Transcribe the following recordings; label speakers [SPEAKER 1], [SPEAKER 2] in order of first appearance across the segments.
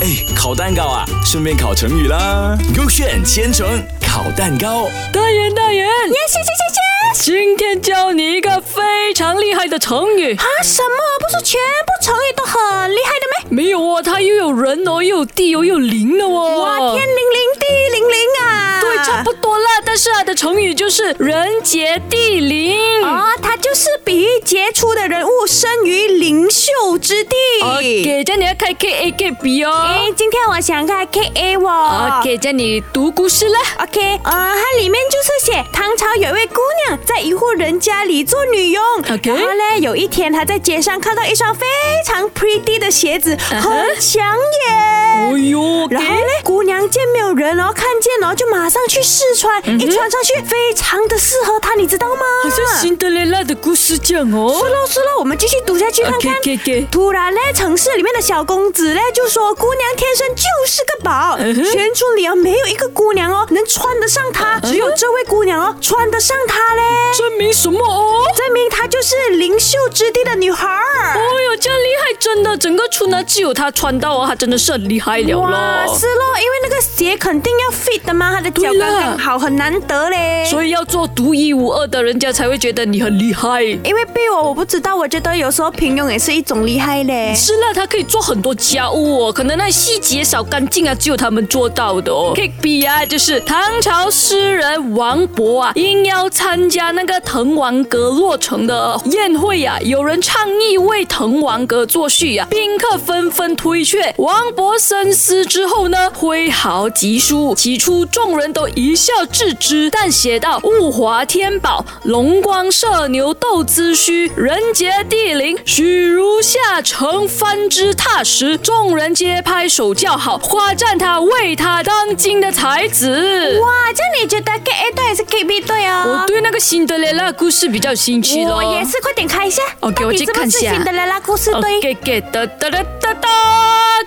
[SPEAKER 1] 哎，烤蛋糕啊，顺便烤成语啦。勾选千层烤蛋糕，
[SPEAKER 2] 大人，大人，
[SPEAKER 3] 耶，谢谢谢谢。
[SPEAKER 2] 今天教你一个非常厉害的成语。
[SPEAKER 3] 啊，什么？不是全部成语都很厉害的咩？
[SPEAKER 2] 没有哦，它又有人哦，又有地哦，又有灵的哦。
[SPEAKER 3] 哇，天灵灵，地灵灵啊！
[SPEAKER 2] 对，差不多啦。但是它的成语就是人杰地灵。
[SPEAKER 3] 哦，他就是比喻杰出的人物生于灵秀之地。
[SPEAKER 2] OK，这样啊你要开 K A K B
[SPEAKER 3] 哎
[SPEAKER 2] 哦。，
[SPEAKER 3] 今天我想看 K A 我。
[SPEAKER 2] OK，这样你读故事啦。
[SPEAKER 3] OK，呃，它里面就是写唐朝有位姑娘在一户人家里做女佣
[SPEAKER 2] OK
[SPEAKER 3] 然后呢，有一天她在街上看到一双非常 pretty 的鞋子很抢眼。
[SPEAKER 2] 哦哟
[SPEAKER 3] 哎然后
[SPEAKER 2] ，OK，
[SPEAKER 3] 呢，姑娘见没有人哦，看见哦，就马上去试穿，一穿上去非常的适合她，你知道吗？
[SPEAKER 2] 好像辛德雷拉的故事这样哦啊
[SPEAKER 3] 是。喽是喽，我们继续读下去看看。
[SPEAKER 2] OK，OK，OK
[SPEAKER 3] 突然呢，城市里面的小公子呢就说：“姑娘天生就是个宝，
[SPEAKER 2] 嗯哼嗯
[SPEAKER 3] 全村里啊没有一个姑娘哦能穿得上她，只有这位姑娘哦穿得上她嘞，
[SPEAKER 2] 证明什么哦？
[SPEAKER 3] 证明她就是灵秀之地的女孩儿。”
[SPEAKER 2] 哦哟，这样厉害，真的，整个村呢只有他穿到哦，他真的是很厉害了
[SPEAKER 3] 哇，
[SPEAKER 2] 咯。
[SPEAKER 3] 是喽，因为那个鞋肯定要 fit 的嘛，她的脚
[SPEAKER 2] 对
[SPEAKER 3] 刚
[SPEAKER 2] 了
[SPEAKER 3] 刚好，很难得嘞。
[SPEAKER 2] 所以要做独一无二的，人家才会觉得你很厉害。
[SPEAKER 3] 因为被我我不知道，我觉得有时候平庸也是一种厉害嘞。
[SPEAKER 2] 是啦，他可以做很多家务哦，可能那细节少干净啊，只有他们做到的哦。K B 啊，就是唐朝诗人王勃啊，应邀参加那个滕王阁落成的宴会啊，有人倡议为滕王阁作序啊，宾客纷纷推却。王勃深思之后呢，挥毫疾书，起初众人都一笑置之，但写到物华天宝，龙光射牛斗资虚，人杰地灵，许如下乘翻之踏石，众人皆拍手叫好，夸赞他为他当今的才子。
[SPEAKER 3] 哇，这样你觉得 K A 队还是 K B 队啊？
[SPEAKER 2] 我对那个辛德雷拉故事比较有兴趣咯。
[SPEAKER 3] 我也是，快点开一下。
[SPEAKER 2] OK，
[SPEAKER 3] 到底
[SPEAKER 2] 我去看一下
[SPEAKER 3] 是不是辛德雷拉故事对。
[SPEAKER 2] 给给的哒哒哒哒，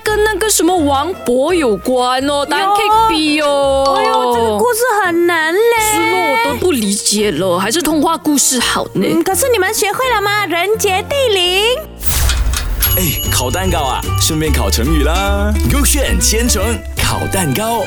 [SPEAKER 2] 跟那个什么王勃有关哦，答案
[SPEAKER 3] 有
[SPEAKER 2] K B 哦。
[SPEAKER 3] 哎呦，这个故事很难
[SPEAKER 2] 是咯，
[SPEAKER 3] 嘞。
[SPEAKER 2] 我都不理解了，还是童话故事好呢。
[SPEAKER 3] 嗯，可是你们学会了吗？人杰地灵。
[SPEAKER 1] 哎，烤蛋糕啊，顺便烤成语啦。勾选千层烤蛋糕。